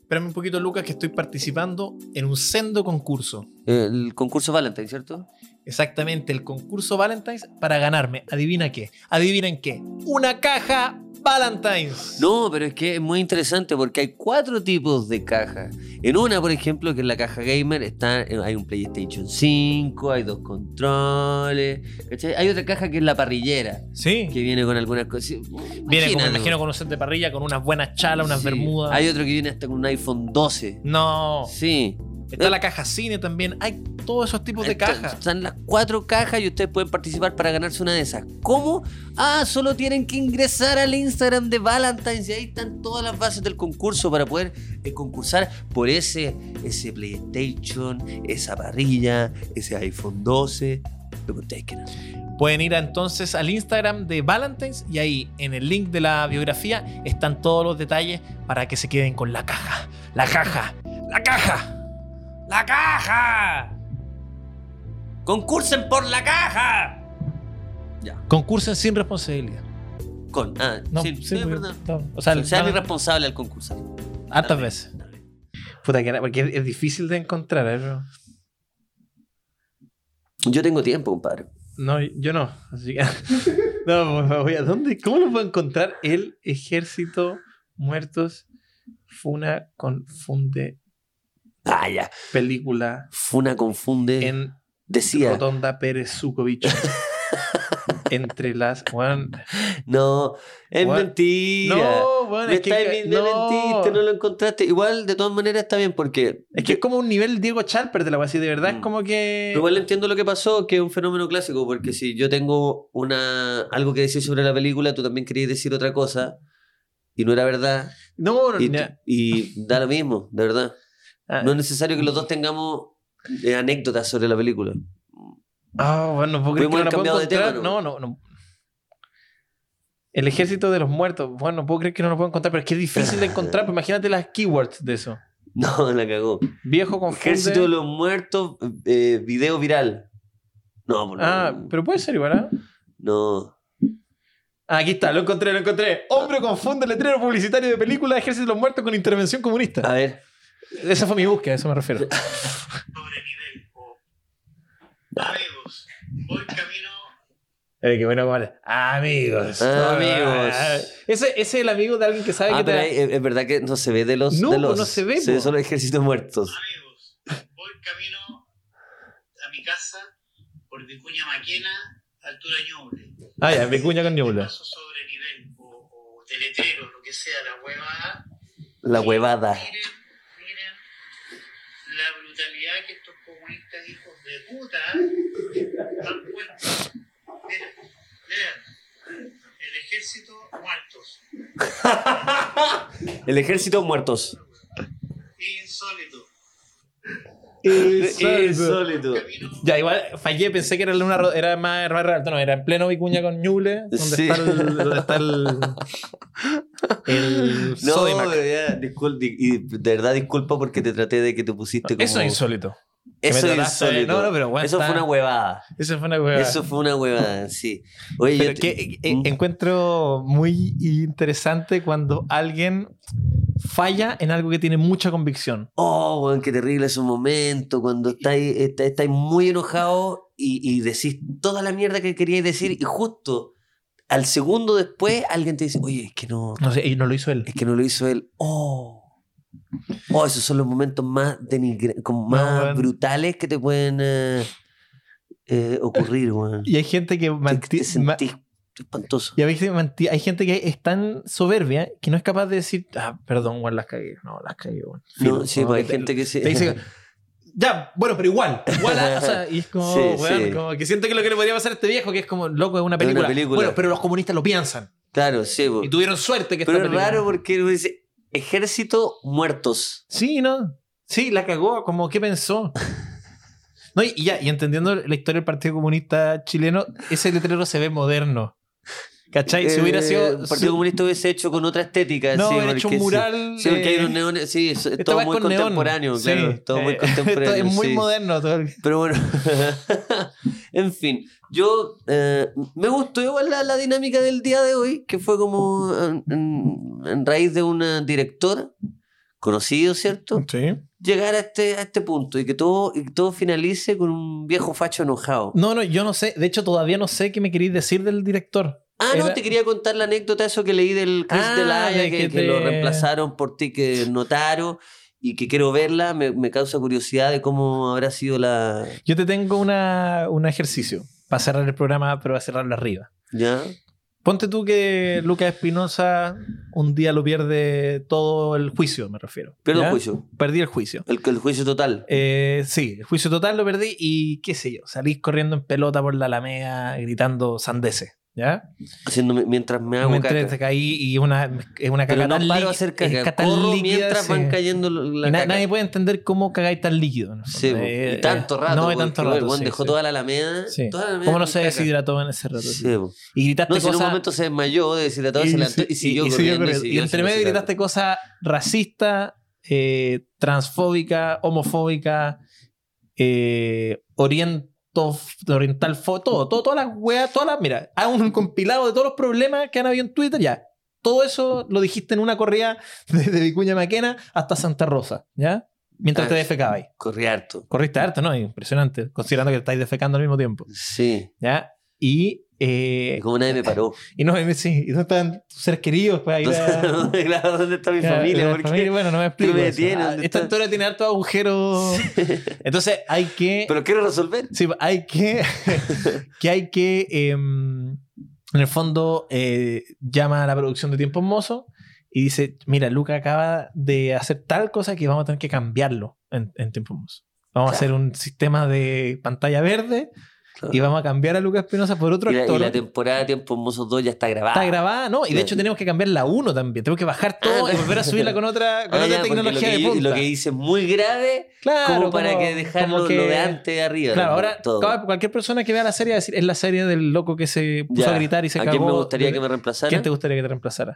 S2: Espérame un poquito, Lucas, que estoy participando en un sendo concurso.
S1: El concurso Valentine, ¿cierto?
S2: Exactamente, el concurso Valentine's para ganarme. ¿Adivina qué? ¿Adivinen qué? Una caja Valentine's.
S1: No, pero es que es muy interesante porque hay cuatro tipos de cajas. En una, por ejemplo, que es la caja gamer, está, eh, hay un PlayStation 5, hay dos controles. ¿cachai? Hay otra caja que es la parrillera,
S2: Sí.
S1: que viene con algunas cosas.
S2: Viene, como, me imagino, con un set de parrilla, con unas buenas chalas, unas bermudas. Oh.
S1: Hay otro que viene hasta con un iPhone 12.
S2: No.
S1: Sí.
S2: Está la caja cine también. Hay todos esos tipos de
S1: Entonces,
S2: cajas.
S1: Están las cuatro cajas y ustedes pueden participar para ganarse una de esas. ¿Cómo? Ah, solo tienen que ingresar al Instagram de Valentine's y ahí están todas las bases del concurso para poder eh, concursar por ese, ese PlayStation, esa parrilla, ese iPhone 12. Lo que ustedes quieran.
S2: Pueden ir entonces al Instagram de Valentine's y ahí en el link de la biografía están todos los detalles para que se queden con la caja. La caja. La caja. La caja.
S1: ¡Concursen por la caja!
S2: Concursen sin responsabilidad.
S1: Con. Ah,
S2: No,
S1: sí,
S2: sí, pues,
S1: sí, es
S2: porque-
S1: verdad.
S2: no, o sea, el-
S1: Sean
S2: van-
S1: irresponsables al concursar.
S2: hartas veces. Puta que era- porque es- es difícil de encontrar. ¿eh? pero-
S1: Yo tengo tiempo, compadre.
S2: No, yo no. Así que- no, me voy a dónde. ¿Cómo lo puedo encontrar? El ejército muertos funa confunde
S1: Ah, ya.
S2: película
S1: Funa confunde.
S2: en
S1: decía.
S2: Rotonda Pérez Zukovich. Entre las. weón.
S1: No, es
S2: What?
S1: mentira.
S2: No, weón,
S1: Me
S2: es que,
S1: estáis bien- me
S2: no.
S1: mentiste, no lo encontraste. Igual, de todas maneras, está bien porque.
S2: Es que es como un nivel Diego Charper de la wea, así de verdad es
S1: Mm.
S2: como que.
S1: Pero igual entiendo lo que pasó, que es un fenómeno clásico,
S2: Mm.
S1: porque si yo tengo una algo que decir sobre la película, tú también querías decir otra cosa y no era verdad.
S2: No, no,
S1: Y,
S2: na-
S1: y da lo mismo, de verdad.
S2: ah,
S1: No es necesario que los dos tengamos eh, anécdotas sobre la película.
S2: Ah, bueno, no puedo creer
S1: Pudimos
S2: que no
S1: haber
S2: la puedo
S1: cambiado de tema,
S2: encontrar. No,
S1: ¿no?
S2: no, no. El ejército de los muertos. Bueno, no puedo creer que no lo puedo encontrar, pero es que es difícil de encontrar. pues imagínate las keywords de eso.
S1: No, la cagó.
S2: Viejo confunde.
S1: Ejército de los Muertos, eh, video viral. No, por
S2: Ah,
S1: no.
S2: pero puede ser igual, ¿ah?
S1: No.
S2: Ah, Aquí está, lo encontré, lo encontré. Hombre confunde letrero publicitario de película de Ejército de los Muertos con intervención
S1: A
S2: comunista.
S1: ver.
S2: Esa fue mi búsqueda, a eso me refiero.
S4: sobre mi delco. Amigos, voy camino.
S2: Eh, qué bueno, vale. Amigos.
S1: Ah,
S2: Ah,
S1: amigos.
S2: Ese, ese es el amigo de alguien que sabe
S1: Ah,
S2: que te
S1: pero
S2: da-
S1: ahí, es, es verdad que no se ve de los.
S2: No,
S1: de
S2: pues,
S1: los
S2: no se ve,
S1: Se ve
S2: po.
S1: solo ejércitos muertos.
S4: Amigos, voy camino a mi casa por Vicuña Maquena, altura Ñuble.
S2: Ah, ya, Vicuña con Ñubla.
S4: Paso sobre mi delco o deletero, lo que sea, la huevada.
S1: La huevada.
S4: Miren, miren la brutalidad que estos comunistas hijos de puta han puesto. Miren, vean. El ejército muertos.
S1: El ejército muertos.
S4: Insólito.
S1: Insólito.
S4: Camino
S2: Ya, igual fallé, pensé que era, una, ro- era más, más real. No, era en pleno Vicuña con Ñuble, donde
S1: Sí.
S2: está el. Donde está el, el
S1: No, eh,
S2: Sodimac.
S1: ya, discul- di- y de verdad disculpa porque te traté de que te pusiste como.
S2: Eso es insólito. Que me
S1: Eso es
S2: trataste de-
S1: insólito.
S2: No, no, pero bueno,
S1: Eso fue
S2: está-
S1: una huevada.
S2: Eso fue una hueá.
S1: Eso fue una huevada, sí. Oye,
S2: Pero
S1: yo te-
S2: que eh,
S1: mm.
S2: eh, encuentro muy interesante cuando alguien falla en algo que tiene mucha convicción.
S1: Oh, weón, qué terrible esos momentos cuando estáis, está- estáis muy enojado y, y decís toda la mierda que queríais decir y justo al segundo después alguien te dice, oye, es que no,
S2: No sé, y no lo hizo él.
S1: es que no lo hizo él. Oh, oh esos son los momentos más, denigre- como más
S2: weón.
S1: brutales que te pueden eh, eh, ocurrir, weón.
S2: Y hay gente que
S1: Te, te
S2: mantiene.
S1: sentís espantoso.
S2: Y a veces manti- hay gente que es tan soberbia que no es capaz de decir, ah, perdón, weón, las cagué. No, las cagué, weón.
S1: No,
S2: Filo,
S1: sí,
S2: como
S1: pues hay
S2: que te-
S1: gente que se...
S2: Te dice, ya, bueno, pero igual. Igual, ah, o sea, y es como,
S1: Sí,
S2: weón,
S1: sí.
S2: como que siento que lo que le podría pasar a este viejo, que es como, loco, es una
S1: Es una
S2: película.
S1: película.
S2: Bueno, pero los comunistas lo piensan.
S1: Claro, sí, weón.
S2: Y tuvieron suerte que esta
S1: Pero es
S2: película-
S1: raro porque uno dice, ejército muertos.
S2: Sí, ¿no? Sí, la cagó, como ¿qué pensó. No, y, y ya, y entendiendo la historia del Partido Comunista Chileno, ese letrero se ve moderno. ¿Cachai? Si
S1: Eh,
S2: hubiera sido.
S1: El Partido
S2: su-
S1: Comunista hubiese hecho con otra estética.
S2: no,
S1: sí,
S2: hubiera hecho
S1: porque
S2: un
S1: sí.
S2: mural.
S1: Sí, porque hay
S2: eh,
S1: unos neones. Sí, es- es
S2: esta
S1: todo
S2: weá
S1: muy
S2: con neón.
S1: contemporáneo,
S2: Sí.
S1: claro. Todo muy
S2: Eh,
S1: contemporáneo.
S2: esto es muy
S1: sí.
S2: moderno. todo el-
S1: Pero bueno. en fin, yo eh, me gustó igual la, la dinámica del día de hoy, que fue como en, en- en raíz de una directora conocido, ¿cierto? Llegar a este, a este punto y que todo, y que todo finalice con un viejo facho enojado.
S2: No, no, yo no sé. De hecho, todavía no sé qué me queréis decir del director.
S1: Ah, no,
S2: Era-
S1: te quería contar la anécdota, eso que leí del Chris
S2: Ah,
S1: de la Haya,
S2: de
S1: que,
S2: que
S1: que lo
S2: te-
S1: reemplazaron por ti, que notaron y que quiero verla. Me, me causa curiosidad de cómo habrá sido la.
S2: Yo te tengo una, un ejercicio para cerrar el programa, pero va a cerrarlo arriba.
S1: ¿Ya?
S2: Ponte tú que Lucas Espinosa un día lo pierde todo el juicio, me refiero.
S1: Pierdo
S2: ¿ya?
S1: el juicio.
S2: Perdí el juicio.
S1: El, el juicio total.
S2: Eh, sí, el juicio total lo perdí y qué sé yo, salís corriendo en pelota por la alameda gritando sandeces, ¿ya?
S1: Haciéndome, mientras me hago
S2: Mientras
S1: caca.
S2: te caí y una, es una caca
S1: Pero no
S2: tan
S1: paro
S2: líquida-
S1: a hacer
S2: es
S1: caca.
S2: tan
S1: Corro
S2: líquida,
S1: mientras
S2: sí.
S1: van cayendo la
S2: Y na-
S1: caca.
S2: nadie puede entender cómo cagáis tan líquido. ¿no?
S1: Sí, po.
S2: Eh,
S1: y tanto
S2: eh,
S1: rato.
S2: No, y
S1: porque,
S2: tanto
S1: bueno,
S2: rato.
S1: el weón
S2: sí,
S1: dejó
S2: sí.
S1: toda la alameda.
S2: Sí.
S1: toda la alameda
S2: ¿Cómo no
S1: con
S2: se
S1: caca.
S2: deshidrató en ese rato?
S1: Sí,
S2: sí?
S1: po.
S2: Y gritaste
S1: No, si en un
S2: cosas-
S1: momento se desmayó, deshidrató, se levantó y siguió corriendo.
S2: corriendo. Y
S1: siguió
S2: entre medio
S1: alucinando.
S2: gritaste cosas racistas, eh, transfóbicas, homofóbicas, eh, oriento, oriental, fo- todo, todo, todas las weas, todas las. Mira, hago un compilado de todos los problemas que han habido en Twitter, ya. Todo eso lo dijiste en una corrida desde Vicuña Maquena hasta Santa Rosa, ¿ya? Mientras
S1: Ah.
S2: te defecabais.
S1: Corrí harto.
S2: Corriste harto, ¿no? Impresionante, considerando que estáis defecando al mismo tiempo,
S1: Sí.
S2: ¿ya? Y. eh,
S1: Y como nadie me paró.
S2: y no, y sí, y no están tus seres queridos pues, para ir a.
S1: Entonces, claro, ¿dónde está mi
S2: Ya,
S1: familia?
S2: la
S1: ¿Por
S2: familia,
S1: qué?
S2: bueno, no me explico.
S1: me
S2: eso.
S1: detienes?
S2: Ah,
S1: ¿Dónde
S2: esta
S1: está?
S2: altura tiene harto agujero. Entonces hay que.
S1: Pero quiero resolver.
S2: sí, hay que. que hay que. em, en el fondo, eh, llama a la producción de Tiempo Hermoso y dice: Mira, Luca acaba de hacer tal cosa que vamos a tener que cambiarlo en, en Tiempo Hermoso. Vamos a hacer un sistema de pantalla verde
S1: Claro.
S2: y vamos a cambiar a Lucas Espinosa por otro
S1: Y la, y
S2: actor.
S1: la temporada de Tiempo Hermosos 2 ya está grabada.
S2: Está grabada, ¿no? Y de
S1: Ya.
S2: hecho tenemos que cambiar la 1 también. Tenemos que bajar todo
S1: Ah,
S2: y volver a subirla con otra, con
S1: Ah,
S2: otra
S1: ya, porque lo
S2: tecnología
S1: que
S2: de
S1: yo-
S2: punta.
S1: Lo que dice es muy grave,
S2: claro,
S1: como para
S2: como-
S1: que dejarlo
S2: como que-
S1: lo de antes arriba.
S2: Claro,
S1: ¿no?
S2: ahora
S1: Todo.
S2: claro, cualquier persona que vea la serie va a decir, es la serie del loco que se puso
S1: Ya.
S2: a gritar y se
S1: ¿A
S2: cagó.
S1: quién me gustaría
S2: de-
S1: que me reemplazara?
S2: ¿Quién te gustaría que te reemplazara?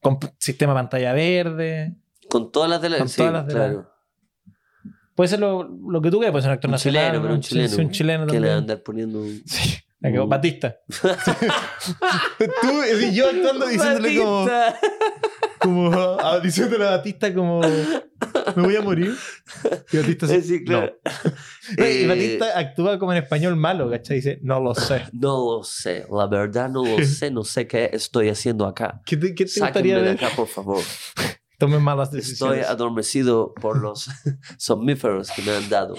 S2: Con p- sistema pantalla verde.
S1: Con todas las de la...
S2: Con
S1: sí,
S2: todas las de la-
S1: claro.
S2: Puede ser lo, lo que tú quieras, puede ser un actor
S1: Un
S2: nacional.
S1: chileno, pero un
S2: sí,
S1: chileno.
S2: sí, un chileno
S1: Que le va a
S2: también.
S1: andar poniendo... un-
S2: Sí, la cagó.
S1: Mm.
S2: Batista. Tú y yo actuando diciéndole como.
S1: Batista.
S2: como a- a- diciéndole a Batista como me voy a morir y Batista
S1: Sí,
S2: así,
S1: sí, claro.
S2: "No". y
S1: Eh,
S2: Batista actúa como en español malo ¿cachai? dice no lo sé
S1: No lo sé, la verdad no lo sé, no sé qué estoy haciendo acá.
S2: ¿qué te, qué te
S1: Sáquenme
S2: gustaría
S1: de
S2: ver?
S1: acá, por favor.
S2: tomen malas
S1: Estoy
S2: decisiones
S1: adormecido por los somníferos que me han dado.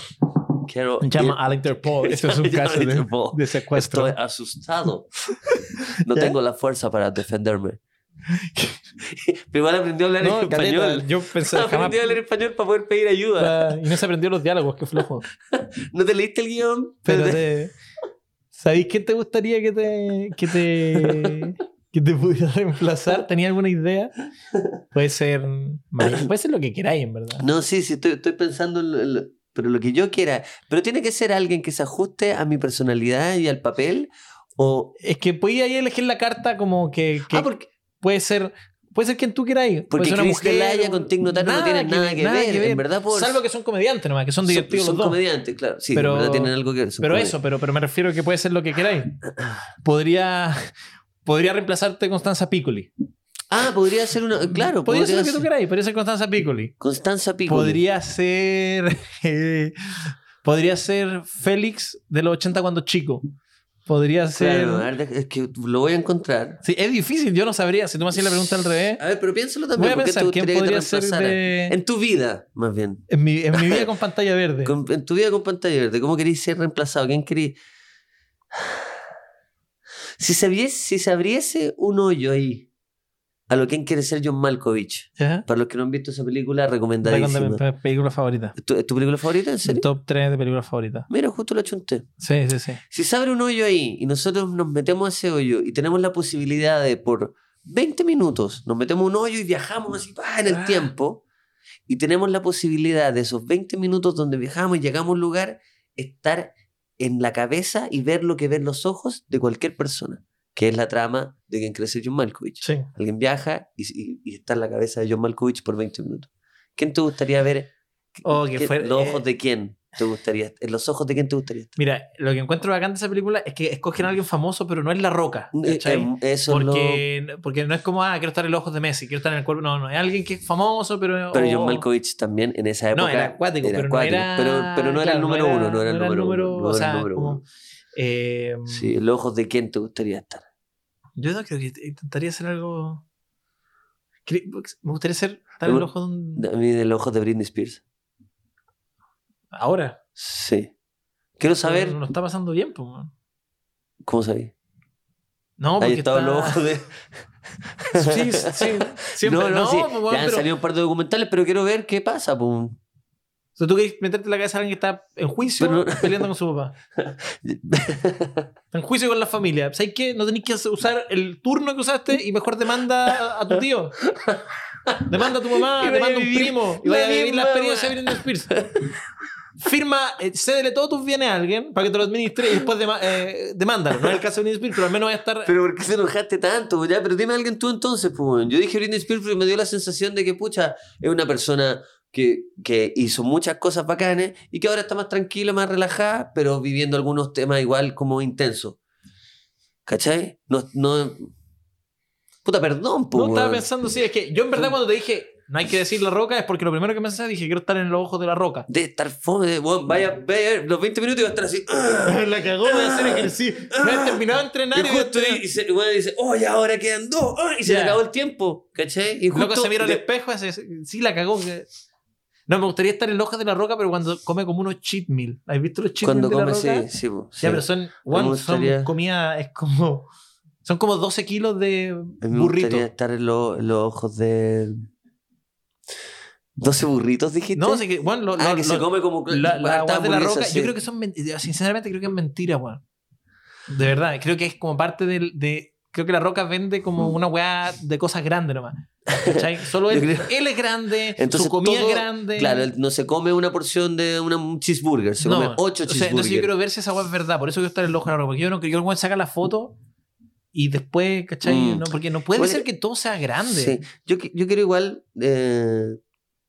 S1: Quiero ir-
S2: llama a la Interpol este es un
S1: Llama a
S2: caso de,
S1: Eh, Interpol.
S2: de secuestro
S1: Estoy asustado. No
S2: ¿Ya?
S1: tengo la fuerza para defenderme. Pero igual aprendió a hablar
S2: No,
S1: en
S2: caleta,
S1: español.
S2: yo pensé jamás
S1: Aprendió a hablar español para poder pedir ayuda.
S2: Ah, y no se aprendió los diálogos qué flojo
S1: ¿No te leíste el guión?
S2: pero
S1: Pero-
S2: te, ¿sabéis qué te gustaría que te que te que te pudiera reemplazar ¿tenía alguna idea? puede ser puede ser lo que queráis en verdad
S1: No, sí, sí, estoy, estoy pensando en lo- en lo- pero lo que yo quiera. Pero tiene que ser alguien que se ajuste a mi personalidad y al papel. O,
S2: Es que podía ahí elegir la carta como que, que
S1: ah, porque,
S2: puede ser puede ser quien tú queráis. Puede
S1: porque
S2: ser una
S1: Chris
S2: mujer,
S1: Celaya con Tig Notaro no tienen nada que, ver, En verdad, por,
S2: Salvo que son comediantes nomás, que son divertidos
S1: son
S2: los dos.
S1: comediantes, claro. Sí,
S2: Pero-
S1: en verdad tienen algo que ver. son
S2: Pero
S1: comediantes.
S2: eso, pero, pero me refiero a que puede ser lo que queráis. Podría, podría reemplazarte Constanza Piccoli.
S1: Ah, podría ser una. Claro,
S2: Podría, ser lo que
S1: ser-
S2: tú queráis, podría ser Constanza Piccoli.
S1: Constanza Pico.
S2: Podría ser. eh, podría ser Félix de los 80 cuando chico. Podría ser.
S1: Claro, ¿eh? a ver, deja- es que lo voy a encontrar.
S2: Sí, es difícil, yo no sabría. Si tú me hacías la pregunta al revés.
S1: A ver, pero piénsalo
S2: Voy
S1: también. Ah,
S2: a
S1: ¿por qué te
S2: pensar quién
S1: gustaría que te
S2: podría ser
S1: reemplazara?
S2: de... En,
S1: En tu vida, más bien.
S2: mi, en mi vida con pantalla verde.
S1: Con- en tu vida con pantalla verde, ¿cómo querís ser reemplazado? ¿Quién querís? Si se, abriese, si se abriese un hoyo ahí a lo que quiere ser John Malkovich,
S2: ¿Ya?
S1: para los que no han visto esa película,
S2: Está con mi
S1: recomendadísima.
S2: pe- película favorita.
S1: ¿Es tu, es tu película favorita? ¿En
S2: Mi
S1: serio?
S2: Top 3 de películas favoritas.
S1: Mira, justo la chunté.
S2: Sí, sí, sí.
S1: Si se abre un hoyo ahí y nosotros nos metemos a ese hoyo y tenemos la posibilidad de por 20 minutos nos metemos a un hoyo y viajamos así pa, en el
S2: Ah.
S1: tiempo y tenemos la posibilidad de esos 20 minutos donde viajamos y llegamos a un lugar estar en la cabeza y ver lo que ven los ojos de cualquier persona, que es la trama de quien crece John Malkovich.
S2: Sí.
S1: Alguien viaja y, y- y está en la cabeza de John Malkovich por 20 minutos. ¿Quién te gustaría ver?
S2: Oh, que
S1: ¿Qué-
S2: fue-
S1: ¿Los
S2: eh.
S1: ojos de quién te gustaría? ¿En los ojos de quién te gustaría?
S2: Mira, lo que encuentro bacán de esa película es que escogen a alguien famoso, pero no es La Roca.
S1: Eh,
S2: ¿cachai?
S1: em, Eso es lo...
S2: Porque, porque no es como, ah, quiero estar en los ojos de Messi, quiero estar en el cuerpo. No, no, es alguien que es famoso, pero.
S1: Pero
S2: o-
S1: John Malkovich también en esa época.
S2: Oh. No, era acuático, pero,
S1: acuático,
S2: no era,
S1: pero, pero no era el
S2: claro,
S1: número uno, no era el número uno. no
S2: o
S1: era el
S2: sea,
S1: número
S2: como,
S1: uno.
S2: eh,
S1: Sí, los ojos de quién te gustaría estar.
S2: Yo no creo que intentaría hacer algo. Cre- Me gustaría ser estar
S1: Me
S2: en
S1: gu-
S2: los ojos de un-
S1: A mí, de los ojos de Britney Spears.
S2: Ahora.
S1: Sí. Quiero saber.
S2: No, no está pasando bien, pues. weón.
S1: ¿Cómo sabí?
S2: No, porque
S1: Ahí estaba
S2: está-
S1: los ojos de...
S2: Sí, sí. Siempre no,
S1: no, no, sí,
S2: pues, weón,
S1: ya han
S2: pero-
S1: salido un par de documentales, pero quiero ver qué pasa. pum.
S2: O sea, tú querés meterte en la cabeza a alguien que está en juicio
S1: Pero-
S2: peleando con su papá. Está en juicio con la familia. ¿Sabes qué? No tenés que usar el turno que usaste y mejor demanda a- a tu tío. Demanda a tu mamá,
S1: Y vaya
S2: demanda a
S1: a
S2: un
S1: vivir
S2: primo. Y
S1: la
S2: vaya a vivir
S1: misma
S2: la experiencia de Britney Spears. Firma, eh, cédele todos tus bienes a alguien para que te lo administre y después dema- eh, demándalo. No es el caso de Britney Spears, pero al menos vaya a estar...
S1: Pero ¿por qué se enojaste tanto? Ya, pero dime a alguien tú entonces, pues. weón. Yo dije Britney Spears porque me dio la sensación de que, pucha, es una persona que, que hizo muchas cosas bacanes y que ahora está más tranquila, más relajada, pero viviendo algunos temas igual como intensos. ¿Cachai? No, no... Puta, perdón, pues.
S2: No estaba
S1: weón.
S2: pensando, sí, es que yo en verdad cuando te dije no hay que decir la roca es porque lo primero que me pensé dije quiero estar en los ojos de la roca.
S1: De estar fome, de, weón, vaya a ver los 20 minutos y va a estar así. ¡ah!
S2: la cagó, voy a hacer ejercicio. No he Ah. terminado de entrenar.
S1: Y justo y, y se, weón, dice, oye, ahora quedan dos. ah", y se
S2: Ya.
S1: le acabó el tiempo, ¿cachai? Y
S2: Loco
S1: justo
S2: se mira al
S1: de-
S2: espejo y hace- sí, la cagó. que- No, me gustaría estar en los ojos de la roca, pero cuando come como unos cheat meal. ¿Has visto los cheat
S1: Cuando
S2: meal de
S1: come,
S2: la roca?
S1: sí, sí, po, sí.
S2: Ya, pero son, weón,
S1: Me
S2: son
S1: gustaría-
S2: comida, es como, son como 12 kilos de
S1: A mí me
S2: burrito.
S1: gustaría estar en, lo- en los ojos de... 12 burritos, dijiste.
S2: No, sé que, bueno, lo,
S1: Ah,
S2: lo-
S1: que se
S2: lo-
S1: come como...
S2: La, la
S1: harta
S2: weá de la
S1: hamburguesa,
S2: roca,
S1: sí.
S2: yo creo que son. men- Sinceramente, creo que es mentira, weón. De verdad, creo que es como parte del. De, creo que la roca vende como una weá de cosas grandes nomás. ¿Cachai? Solo él,
S1: Yo creo-
S2: él es grande,
S1: Entonces,
S2: su comida
S1: todo-
S2: es grande.
S1: Claro, él no se come una porción de una, un cheeseburger, se come 8
S2: No, o sea,
S1: cheeseburgers.
S2: entonces yo quiero ver si esa weá es verdad. Por eso quiero estar en el ojo de la roca. Porque yo no creo que el weón saca la foto y después, ¿cachai?
S1: Mm.
S2: No, porque no puede
S1: Bueno,
S2: ser que todo sea grande.
S1: Sí. Yo, qui- yo quiero igual eh,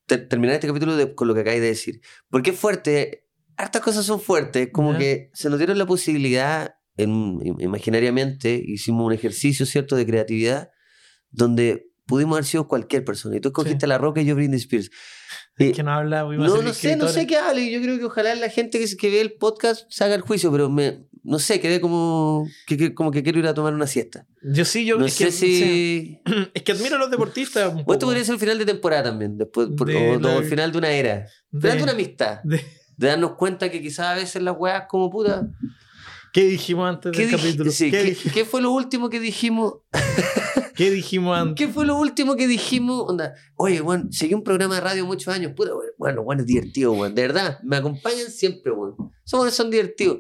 S1: te- terminar este capítulo de- con lo que acabáis de decir. Porque es fuerte, hartas cosas son fuertes, como
S2: Ya.
S1: que se nos dieron la posibilidad, en- im- imaginariamente, hicimos un ejercicio, ¿cierto?, de creatividad, donde pudimos haber sido cualquier persona. Y tú escogiste
S2: Sí.
S1: La Roca y yo Britney Spears. Y-
S2: Que no habla, weón, va a
S1: no,
S2: ser
S1: no sé, no
S2: escritor.
S1: sé qué hable. Yo creo que ojalá la gente que, se- que ve el podcast se haga el juicio, pero me, no sé, quedé como que, que- como que quiero ir a tomar una siesta.
S2: Yo sí, yo.
S1: No
S2: es
S1: sé
S2: que,
S1: si...
S2: Es que admiro a los deportistas. un
S1: O esto
S2: poco.
S1: podría ser el final de temporada también, después, por-
S2: De
S1: o,
S2: la-
S1: o el final de una era.
S2: De-
S1: Final de una amistad.
S2: de-
S1: De, darnos cuenta que quizás a veces las weas como puta.
S2: ¿Qué dijimos antes
S1: ¿Qué,
S2: del
S1: dij-
S2: capítulo?
S1: sí,
S2: ¿Qué,
S1: ¿qué-
S2: dij-
S1: qué fue lo último que dijimos?
S2: qué dijimos antes?
S1: ¿Qué fue lo último que dijimos? Onda, oye, weón, seguí un programa de radio muchos años. Puta, weón, bueno, weón, es divertido, weón. De verdad, me acompañan siempre, weón. Esos weones son divertidos.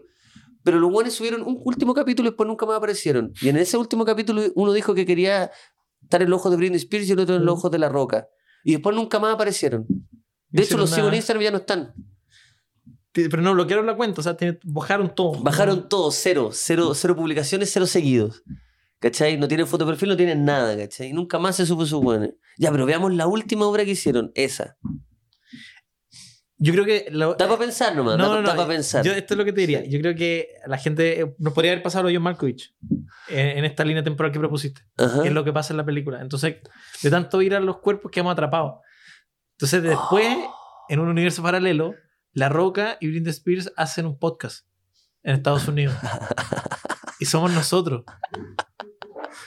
S1: Pero los weones subieron un último capítulo y después nunca más aparecieron. Y en ese último capítulo uno dijo que quería estar en los ojos de Britney Spears y el
S2: Mm.
S1: otro en los ojos de La Roca. Y después nunca más aparecieron. De hecho,
S2: hicieron
S1: los sigo en
S2: nada.
S1: Instagram y ya no están.
S2: Te- Pero no bloquearon la cuenta, o sea, te- bajaron todo.
S1: Bajaron todo, cero, cero, cero publicaciones, cero seguidos. ¿Cachai? No tienen foto de perfil, no tienen nada, ¿cachai? Nunca más se supo su bueno. Ya, pero veamos la última obra que hicieron, esa.
S2: Yo creo que. lo-
S1: Da para pensar nomás, da, da para pensar.
S2: eh, Yo, esto es lo que te diría. Yo creo que la gente. eh, Nos podría haber pasado lo de John Malkovich eh, en, en esta línea temporal que propusiste.
S1: Ajá.
S2: Que es lo que pasa en la película. Entonces, de tanto ir a los cuerpos quedamos atrapados. Entonces, después,
S1: Oh.
S2: en un universo paralelo, La Roca y Britney Spears hacen un podcast en Estados Unidos. y somos nosotros.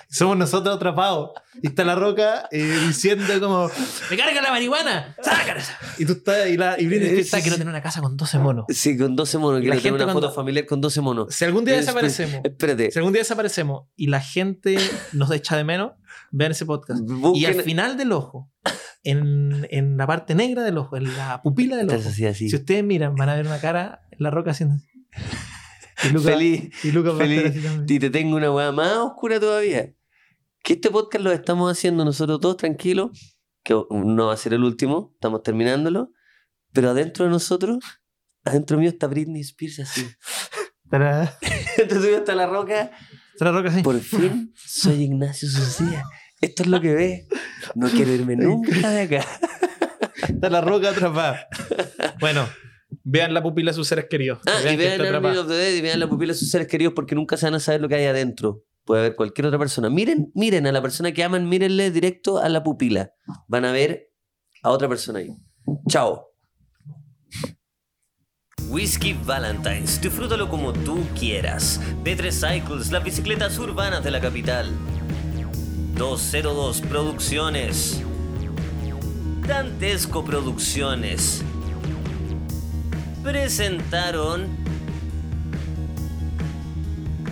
S2: Somos nosotros atrapados. Y está La Roca eh, diciendo como, me carga la marihuana, sácala. Y tú estás, y, la, y Britney
S1: Eh,
S2: Spears está, quiero tener una casa con 12 monos.
S1: Sí, con 12 monos. Quiero tener
S2: gente
S1: una
S2: cuando-
S1: foto familiar con 12 monos.
S2: Si algún día
S1: Britney Spears.
S2: desaparecemos,
S1: Espérate.
S2: si algún día desaparecemos y la gente nos echa de menos, vean ese podcast. Y
S1: Busquen-
S2: al final del ojo, en, en la parte negra del ojo, en la pupila del
S1: Estás
S2: ojo,
S1: así, así.
S2: si ustedes miran, van a ver una cara en la roca haciendo así. Y Lucas,
S1: Feliz.
S2: y Lucas va a estar
S1: feliz.
S2: así también.
S1: Y te tengo una weá más oscura todavía. Que este podcast lo estamos haciendo nosotros todos tranquilos. Que no va a ser el último. Estamos terminándolo. Pero adentro de nosotros, adentro mío está Britney Spears así.
S2: Estará-
S1: Dentro tuyo está la roca.
S2: estará la roca así.
S1: Por fin soy Ignacio Sucía. Esto es lo que ve. No quiero irme nunca de acá.
S2: Está la roca atrapada. Bueno, vean la pupila de sus seres queridos.
S1: Ah, y
S2: que
S1: vean
S2: está
S1: Army
S2: atrapada.
S1: of the Dead y vean la pupila de sus seres queridos porque nunca se van a saber lo que hay adentro. Puede haber cualquier otra persona. Miren, miren a la persona que aman, mírenle directo a la pupila. Van a ver a otra persona ahí. Chao. Whiskey Valentines, disfrútalo como tú quieras. B3 Cycles, las bicicletas urbanas de la capital. 202 Producciones. Dantesco Producciones presentaron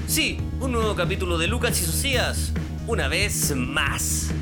S1: Sí, un nuevo capítulo de Lucas y Socias, una vez más.